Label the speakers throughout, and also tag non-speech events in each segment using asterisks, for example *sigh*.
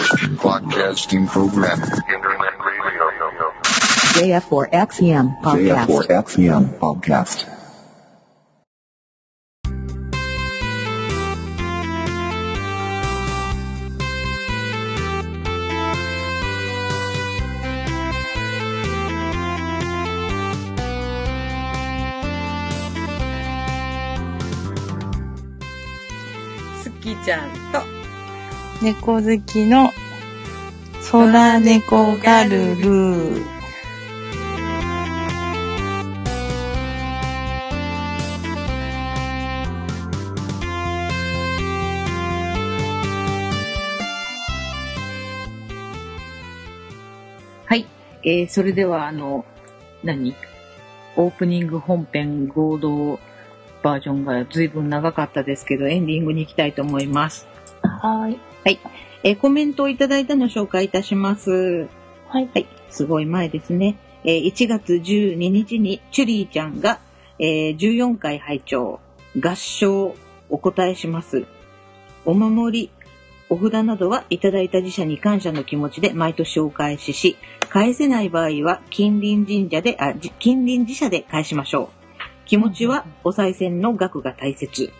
Speaker 1: Podcasting program. Internet radio.
Speaker 2: JF4XEM podcast.
Speaker 3: JF4XEM Podcast.
Speaker 4: スッキーちゃんと、
Speaker 5: 猫好きの、空猫ガルル。
Speaker 4: はい。えー、それでは、あの、何オープニング本編合同バージョンが随分長かったですけど、エンディングに行きたいと思います。
Speaker 6: はい。
Speaker 4: えーコメントをいただいたのを紹介いたします。
Speaker 6: はい。
Speaker 4: はい。すごい前ですね。えー1月12日にチュリーちゃんが、えー14回拝聴合唱お答えします。お守り、お札などはいただいた自社に感謝の気持ちで毎年お返しし、返せない場合は近隣神社で、あ、じ近隣自社で返しましょう。気持ちはお賽銭の額が大切。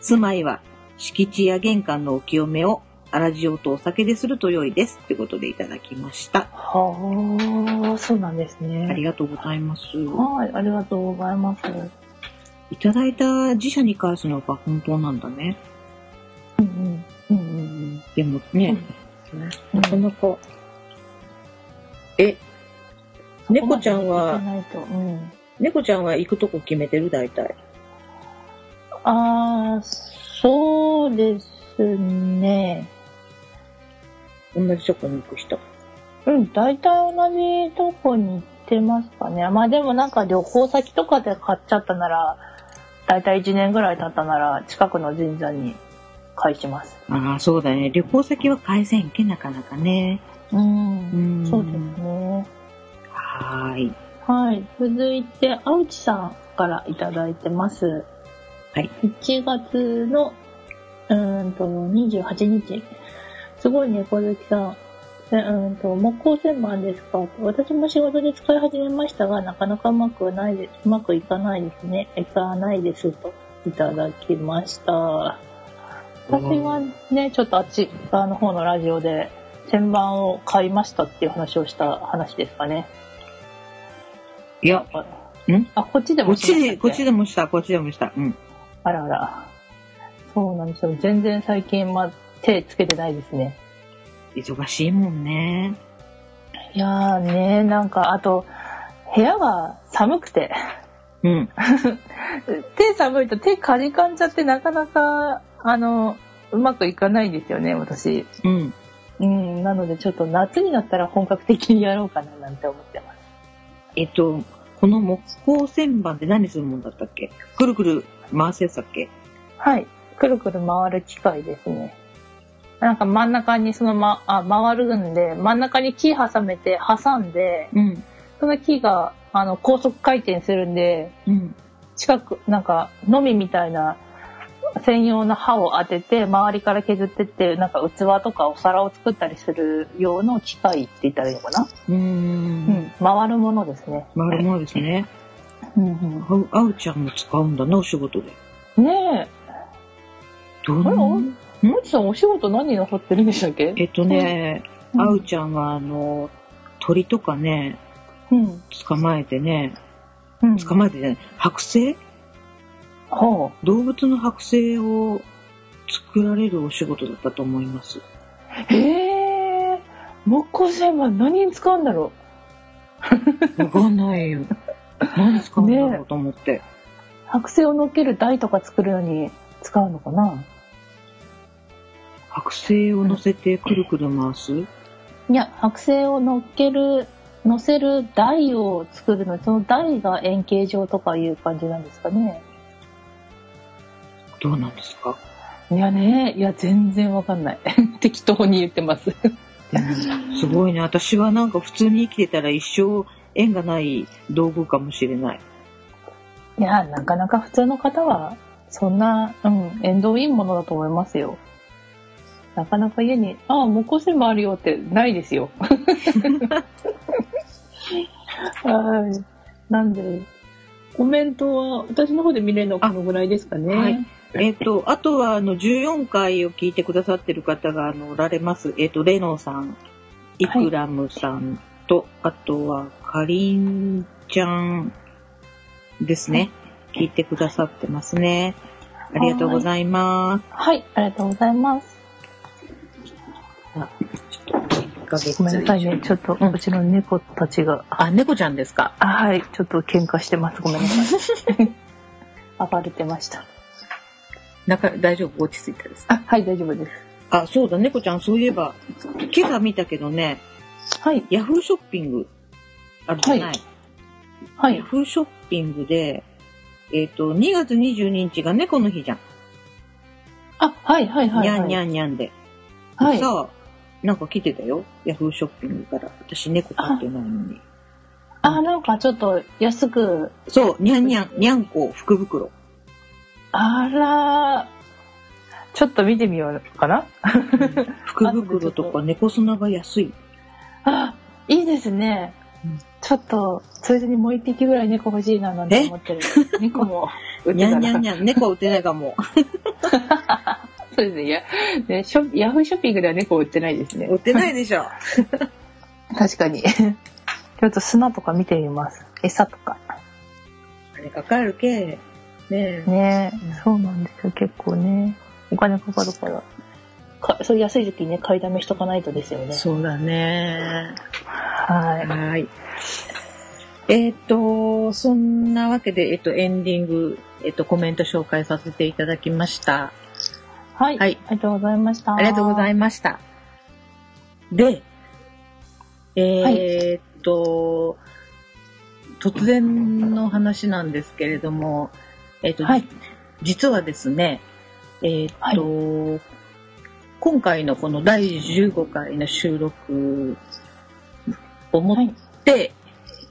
Speaker 4: 住まいは敷地や玄関のお清めを粗塩とお酒ですると良いです。ってことでいただきました。
Speaker 6: はあ、そうなんです
Speaker 4: あり
Speaker 6: ね。
Speaker 4: がとうございます。
Speaker 6: はい。ありがとうございます。
Speaker 4: いただいた自社に返すのが本当なんだね。
Speaker 6: うんうん。うんうん
Speaker 4: でもね、
Speaker 6: うん。
Speaker 4: なか。え、猫ちゃんは、
Speaker 6: ないと。うん。
Speaker 4: 猫ちゃんは行くとこ決めてる大体。
Speaker 6: ああ、そうですね。
Speaker 4: 同じとこに行く人。
Speaker 6: うん、大体同じとこに行ってますかね。まあでもなんか旅行先とかで買っちゃったなら、大体1年ぐらい経ったなら、近くの神社に返します。
Speaker 4: ああ、そうだね。旅行先は改善行けなかなかね。
Speaker 6: うん。
Speaker 4: ん
Speaker 6: そうですね。
Speaker 4: はーい。
Speaker 6: はい。続いて、青地さんからいただいてます。
Speaker 4: はい。
Speaker 6: 1月の、うーんと、28日。すごいね、小月さん。せうーんと、木工旋盤ですか私も仕事で使い始めましたが、なかなかうまくないで、うまくいかないですね。いかないです、といただきました。私はね、ちょっとあっち側の方のラジオで、旋盤を買いましたっていう話をした話ですかね。
Speaker 4: いや、
Speaker 6: あ、こっちで
Speaker 4: こ
Speaker 6: も
Speaker 4: っち
Speaker 6: しました
Speaker 4: で、
Speaker 6: け
Speaker 4: こっちでもした、こっちでもした。うん。
Speaker 6: あらあら。そうなんですよ。全然最近、ま、手つけてないですね。
Speaker 4: 忙しいもんね。
Speaker 6: いやーね、なんか、あと、部屋が寒くて、 *laughs*
Speaker 4: うん。
Speaker 6: 手寒いと手かじかんじゃってなかなか、あの、うまくいかないんですよね、私。
Speaker 4: うん。
Speaker 6: うん、なのでちょっと夏になったら本格的にやろうかななんて思ってます。
Speaker 4: えっと、この木工旋盤って何するもんだったっけくるくる回すやつだっけ
Speaker 6: はい。くるくる回る機械ですね。なんか真ん中にそのま、あ、回るんで、真ん中に木挟めて、挟んで、
Speaker 4: うん。
Speaker 6: その木が、あの、高速回転するんで、
Speaker 4: うん。
Speaker 6: 近く、なんか、のみみたいな、専用の刃を当てて、周りから削ってって、なんか器とかお皿を作ったりする用の機械って言ったらいいのかな、
Speaker 4: うー。
Speaker 6: うんん、回るものですね。
Speaker 4: なるものですね。
Speaker 6: うん
Speaker 4: あう、あうちゃんも使うんだな、お仕事で。
Speaker 6: うん、ね
Speaker 4: どう
Speaker 6: え、あれ、お
Speaker 4: な
Speaker 6: もちさんお仕事何なさってるんでしたっけ
Speaker 4: えっとね、
Speaker 6: うん
Speaker 4: あうちゃんは、あの、鳥とかね、
Speaker 6: うん。
Speaker 4: 捕まえてね、
Speaker 6: うん。
Speaker 4: 捕まえてね、剥製
Speaker 6: ほう。
Speaker 4: 動物の剥製を作られるお仕事だったと思います。
Speaker 6: へえ、木工旋盤何に使うんだろ
Speaker 4: わかんないよ。何使うんだろうと思って。
Speaker 6: う剥製を乗っける台とか作るのに使うのかな
Speaker 4: 剥製を乗せてくるくる回す、
Speaker 6: いや、剥製を乗っける、乗せる台を作るのに、その台が円形状とかいう感じなんですかね。
Speaker 4: どうなんですか
Speaker 6: いやね、いや、全然わかんない。 *laughs* 適当に言ってます。
Speaker 4: すごいね。私はなんか普通に生きてたら一生縁がない道具かもしれない。
Speaker 6: いや、なかなか普通の方は、そんな、うん、縁遠いいものだと思いますよ。なかなか家に、ああ、木工線もあるよってないです *laughs* よ。はい。なんで、コメントは私の方で見れるのはこのぐらいですかね。
Speaker 4: はいえっ、と、あとは、あの、14回を聞いてくださってる方が、あの、おられます。えっ、と、レノさん、イクラムさんと、あとは、かりんちゃんですね。聞いてくださってますね。ありがとうございます。
Speaker 6: はい、ありがとうございます。
Speaker 4: 1ヶ月
Speaker 6: ごめんなさいね。ちょっと、
Speaker 4: うん
Speaker 6: うちの猫たちが、
Speaker 4: あ、猫ちゃんですか。
Speaker 6: あはい、ちょっと喧嘩してます。ごめんなさい。 *laughs* 暴れてました。
Speaker 4: なか大丈夫落ち着いたですか
Speaker 6: あ、はい、大丈夫です。
Speaker 4: あ、そうだ、猫ちゃん、そういえば、今朝見たけどね、
Speaker 6: はい、
Speaker 4: ヤフーショッピング、あるじゃない、
Speaker 6: はは
Speaker 4: ヤ
Speaker 6: い、
Speaker 4: フーショッピングで、えっ、と、2月22日が猫の日じゃん。
Speaker 6: あ、はい、はい、はい。
Speaker 4: にゃんに
Speaker 6: ん。
Speaker 4: ゃんにゃんで。
Speaker 6: はい。
Speaker 4: さあ、なんか来てたよ。ヤフーショッピングから。私猫飼ってないのに。
Speaker 6: あ、なんかちょっと安く、
Speaker 4: そう、にゃんにゃん、にゃんこ、福 *laughs* 袋。
Speaker 6: あら、ちょっと見てみようかな。
Speaker 4: 福袋とか猫砂が安い。
Speaker 6: あ、 *laughs* いいですね
Speaker 4: うん。
Speaker 6: ちょっと、ついでにもう一匹ぐらい猫欲しいななんて思って *laughs* る。猫も、
Speaker 4: にゃんにゃん
Speaker 6: ゃ
Speaker 4: にゃん、猫は売ってないかも。
Speaker 6: そうですね。やねショヤフーショッピングでは猫売ってないです
Speaker 4: *laughs*
Speaker 6: ね
Speaker 4: 売ってないでしょ。
Speaker 6: 確かに。 *laughs* ちょっと砂とか見てみます。餌とか。
Speaker 4: あれかかるけ。ねえ。
Speaker 6: ねそうなんですよ。結構ね。お金かかるから。かそういう安い時期にね、買いだめしとかないとですよね。
Speaker 4: そうだね。
Speaker 6: は
Speaker 4: はい。えっ、と、そんなわけで、えっ、と、エンディング、えっ、と、コメント紹介させていただきました。
Speaker 6: い。はい。
Speaker 4: はい
Speaker 6: ありがとうございました。
Speaker 4: ありがとうござ
Speaker 6: い
Speaker 4: いました。で、えーっと、突然の話なんですけれども、えーっと、
Speaker 6: はい
Speaker 4: 実はですね、えーっと、今回のこの第15回の収録をもって、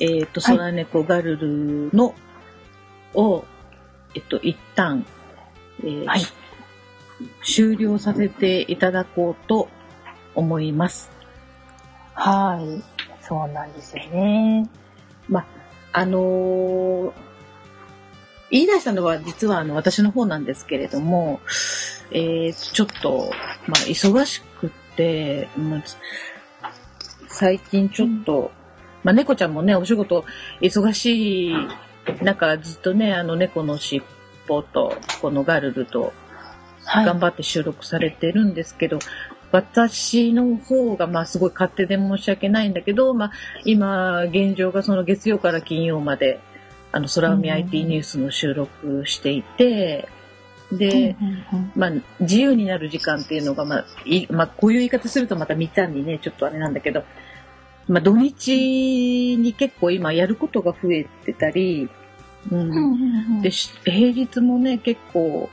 Speaker 4: えーっと、
Speaker 6: はい
Speaker 4: 空猫ガルルの、を、えっと、一旦、えー
Speaker 6: はい
Speaker 4: 終了させていただこうと思います。
Speaker 6: はい。そうなんですよね。
Speaker 4: あのー言い出したのは実はあの私の方なんですけれども、えーちょっと、まあ、忙しくて、まあ最近ちょっと、まあ、猫ちゃんもね、お仕事忙しい中、ずっとね、あの猫の尻尾と、このガルルと、
Speaker 6: はい。
Speaker 4: 頑張って収録されてるんですけど、私の方が、まあすごい勝手で申し訳ないんだけど、まあ今、現状がその月曜から金曜まで、あの、空海 IT ニュースの収録していて、で、まあ、自由になる時間っていうのが、まあ、いまあ、こういう言い方するとまたみっちゃんにね、ちょっとあれなんだけど、まあ、土日に結構今やることが増えてたり、うん
Speaker 6: うんうんうん
Speaker 4: で、し平日もね、結構、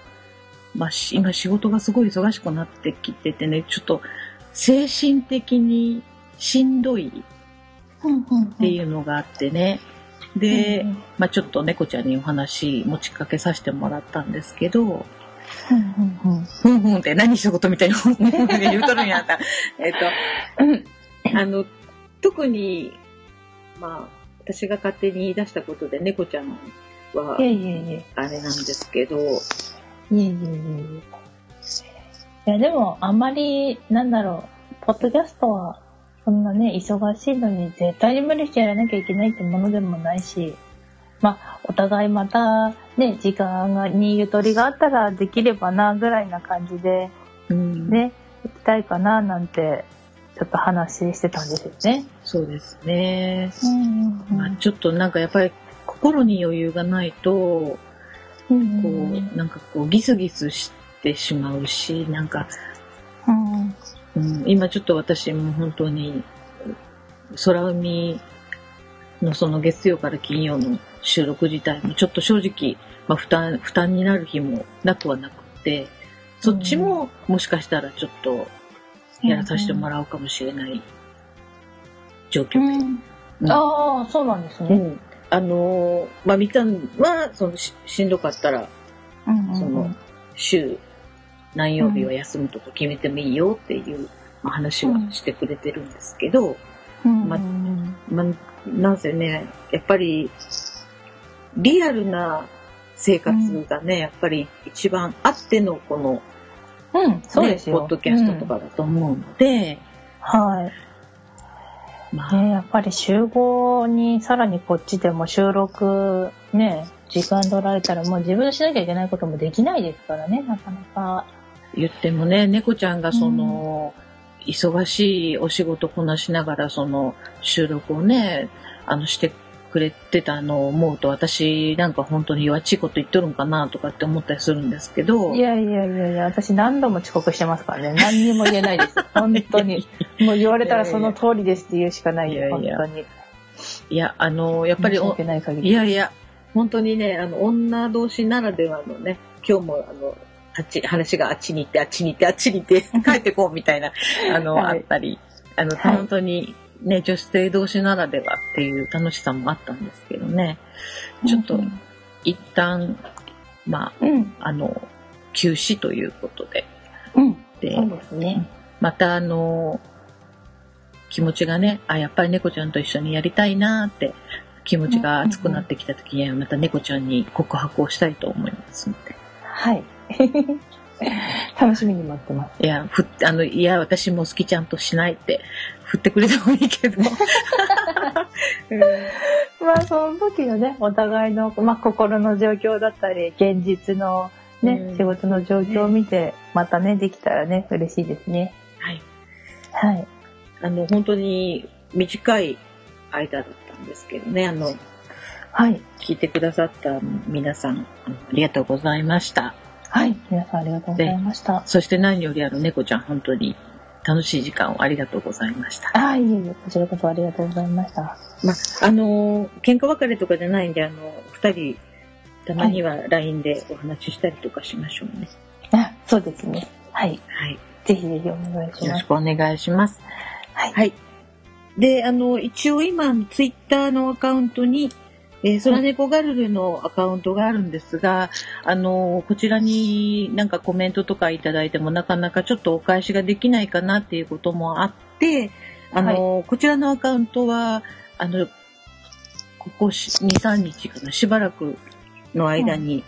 Speaker 4: まあ、し今仕事がすごい忙しくなってきててね、ちょっと精神的にしんどいっていうのがあってね。で、
Speaker 6: うんうん
Speaker 4: まあちょっと猫ちゃんにお話持ちかけさせてもらったんですけど、
Speaker 6: うんうんうん
Speaker 4: ふんふんって何したことみたいなふんふんって言うとるんや *laughs* った。えっと、あの、特に、まあ私が勝手に言い出したことで猫ちゃんはい
Speaker 6: えいえいえ。
Speaker 4: あれなんですけど、
Speaker 6: いえいえいえいえ。いや、でも、あんまり、なんだろう、ポッドキャストは、そんなね、忙しいのに、絶対に無理してやらなきゃいけないってものでもないし、まあ、お互いまた、ね、時間が、にゆとりがあったらできればな、ぐらいな感じで、
Speaker 4: うん
Speaker 6: ね、行きたいかな、なんて、ちょっと話してたんですよね。
Speaker 4: そうですね。
Speaker 6: うん
Speaker 4: まあ、ちょっとなんかやっぱり心に余裕がないと、
Speaker 6: うん
Speaker 4: こ
Speaker 6: う
Speaker 4: う、
Speaker 6: ん。
Speaker 4: なんかこうギスギスしてしまうし、なんか、
Speaker 6: うん
Speaker 4: うん、今ちょっと私も本当に、空海のその月曜から金曜の収録自体もちょっと正直、まあ負担、負担になる日もなくはなくて、そっちももしかしたらちょっとやらさせてもらうかもしれない状況でうん
Speaker 6: ああ、そうなんです
Speaker 4: う
Speaker 6: ね。
Speaker 4: ん。あのーまあ、みっちゃんは、そのし、しんどかったら、
Speaker 6: うんうんうん
Speaker 4: その、週、何曜日は休むとか決めてもいいよっていうまあ話はしてくれてるんですけど、
Speaker 5: うん
Speaker 4: ままあ、なんせね、やっぱり、リアルな生活がね、やっぱり一番あってのこの、
Speaker 5: うん、そう
Speaker 4: ね、
Speaker 5: です
Speaker 4: ポ
Speaker 5: よ。
Speaker 4: ッドキャストとかだと思うので、
Speaker 6: はい。
Speaker 4: まあ、
Speaker 6: ね、やっぱり集合にさらにこっちでも収録ね時間取られたらもう自分のしなきゃいけないこともできないですからねなかなか
Speaker 4: 言ってもね、猫ちゃんがその、忙しいお仕事こなしながらその収録をね、あのしてくれてたのを思うと私なんか本当に弱っちいこと言っとるんかなとかって思ったりするんですけど、
Speaker 6: いやいやいやいや私何度も遅刻してますからね何にも言えないです
Speaker 4: *laughs*
Speaker 6: 本当にもう言われたらその通りですって言うしかないよ
Speaker 4: いやいや
Speaker 6: 本当に
Speaker 4: いや、あの、やっぱり
Speaker 6: 申し
Speaker 4: お
Speaker 6: 訳ない限り
Speaker 4: いやいや、本当にね、あの、女同士ならではのね、今日もあの、あっち、話があっちに行って、あっちに行って、あっちに行
Speaker 6: *laughs*
Speaker 4: って、帰ってこうみたいな、あの、
Speaker 6: はい
Speaker 4: あったり、あの、
Speaker 6: はい
Speaker 4: 本当にね、女性同士ならではっていう楽しさもあったんですけどね、ちょっと
Speaker 6: うん
Speaker 4: 一旦、ま
Speaker 5: うん、
Speaker 4: あ、あの、休止ということで、
Speaker 5: うん、
Speaker 4: で、
Speaker 6: そうですね
Speaker 4: またあの、気持ちがね、あ、やっぱり猫ちゃんと一緒にやりたいなーって気持ちが熱くなってきた時にはまた猫ちゃんに告白をしたいと思いますので。
Speaker 6: はい *laughs* 楽しみに待ってます
Speaker 4: いや、ふっあの、いや、私も好きちゃんとしないって振ってくれてもいいけど。
Speaker 6: まあその時のねお互いの、まあ、心の状況だったり現実の、ね
Speaker 4: うん
Speaker 6: 仕事の状況を見てまたねできたらね嬉しいですね。
Speaker 4: はい。
Speaker 6: はい、
Speaker 4: *laughs* あの、本当に短い間だったんですけどね、あの、
Speaker 6: はい、
Speaker 4: 聞いてくださった皆さん、あのありがとうございました。
Speaker 6: はい、皆さんありがとうございました。
Speaker 4: そして何よりあの猫ちゃん、本当に楽しい時間をありがとうございました。
Speaker 6: あいえいえこちらこそありがとうございました。
Speaker 4: まあ、あのー喧嘩別れとかじゃないんで、あの二人、たまには LINE でお話ししたりとかしましょうね。
Speaker 6: あそうですね。はい、
Speaker 4: はい。
Speaker 6: ぜひぜひお願い
Speaker 4: よ
Speaker 6: し
Speaker 4: ろ
Speaker 6: ま
Speaker 4: し
Speaker 6: す。
Speaker 4: くお願いします。
Speaker 6: はい
Speaker 4: はい。で、あの、一応今、ツイッターのアカウントに、えー、空猫ガルルのアカウントがあるんですが、あの、こちらになんかコメントとかいただいてもなかなかちょっとお返しができないかなっていうこともあって、あの、こちらのアカウントは、あの、ここし2、3日かな、しばらくの間に、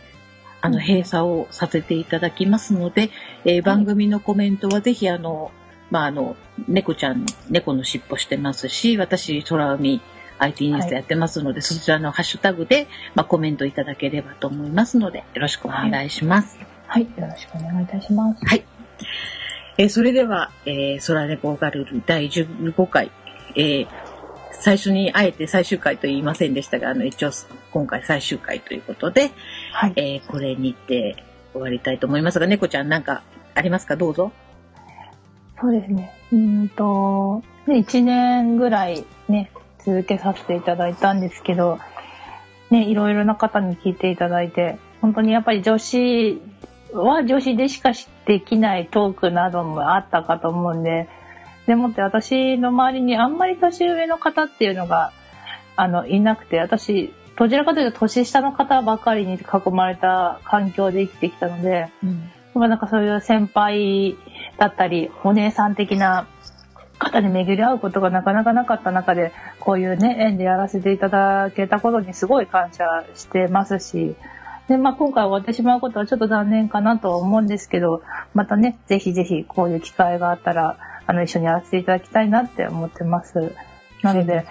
Speaker 4: あの、閉鎖をさせていただきますので、えー番組のコメントはぜひあの、まあ、あの、猫ちゃん、猫の尻尾してますし、私、空海 IT ニュースやってますので、そちらのハッシュタグで、まあ、コメントいただければと思いますので、よろしくお願いします。
Speaker 6: はい、よろしくお願いいたします。
Speaker 4: えーそれでは、えー、空猫ガルル第15回、えー最初にあえて最終回と言いませんでしたが、あの、一応、今回最終回ということで、
Speaker 6: はい、
Speaker 4: えーこれにて終わりたいと思いますが、猫ちゃんなんかありますかどうぞ。
Speaker 6: そうですね。うーんと、ね、1年ぐらいね、続けさせていただいたんですけど、ね、いろいろな方に聞いていただいて、本当にやっぱり女子は女子でしかできないトークなどもあったかと思うんで、でもって私の周りにあんまり年上の方っていうのが、あの、いなくて、私、どちらかというと年下の方ばかりに囲まれた環境で生きてきたので、まあなんかそういう先輩だったり、お姉さん的な方に巡り合うことがなかなかなかった中で、こういうね、縁でやらせていただけたことにすごい感謝してますし、で、まあ今回終わってしまうことはちょっと残念かなとは思うんですけど、またね、ぜひぜひこういう機会があったら、あの、一緒にやらせていただきたいなって思ってます。なので、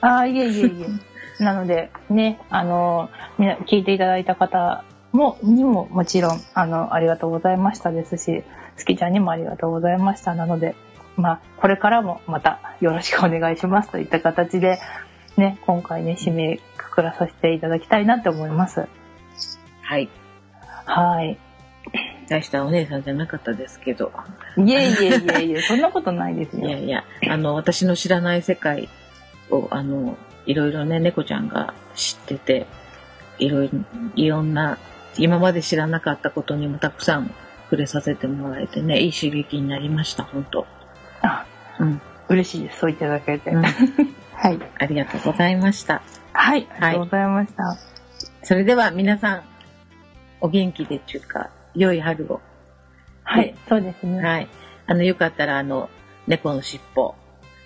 Speaker 6: ああ、いえいえい
Speaker 4: *laughs*
Speaker 6: え。なので、ね、あの、みな聞いていただいた方も、にももちろん、あの、ありがとうございましたですし、すきちゃんにもありがとうございました。なので、まあ、これからもまたよろしくお願いしますといった形で、ね、今回ね、締めくくらさせていただきたいなって思います。
Speaker 4: はい。
Speaker 6: はい。
Speaker 4: 大したお姉さんじゃなかったですけど。
Speaker 6: いえいえいえいえ、
Speaker 4: *laughs*
Speaker 6: そんなことないです
Speaker 4: いや
Speaker 6: よ。
Speaker 4: いや、あの、私の知らない世界を、あの、いろいろね、猫ちゃんが知ってて、いろいろ、いろんな、今まで知らなかったことにもたくさん触れさせてもらえてね、いい刺激になりました、本当
Speaker 6: あ
Speaker 4: うん。
Speaker 6: 嬉しいです。そう言っていただけて。
Speaker 4: うん
Speaker 6: はい。
Speaker 4: ありがとうございました。
Speaker 6: はい。ありがとうございました。
Speaker 4: それでは皆さん、お元気でっていうか、良い春を。
Speaker 6: はい、そうですね。
Speaker 4: はい。あの、よかったら、あの、猫のしっぽ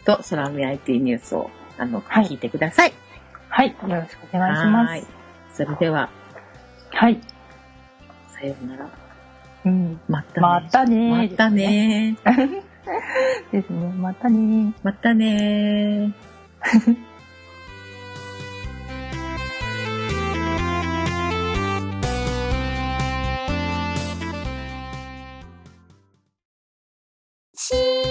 Speaker 4: と空海 IT ニュースを、あの、
Speaker 6: はい
Speaker 4: 聞いてください。
Speaker 6: はい、よろしくお願いし
Speaker 4: は
Speaker 6: ま
Speaker 4: ーいそ
Speaker 6: す。
Speaker 4: れでは、
Speaker 6: はい。
Speaker 4: さようなら。
Speaker 6: うん。
Speaker 4: またね。
Speaker 6: またねー
Speaker 4: またねー。
Speaker 6: ですね。またねー。
Speaker 4: またねー。
Speaker 3: しー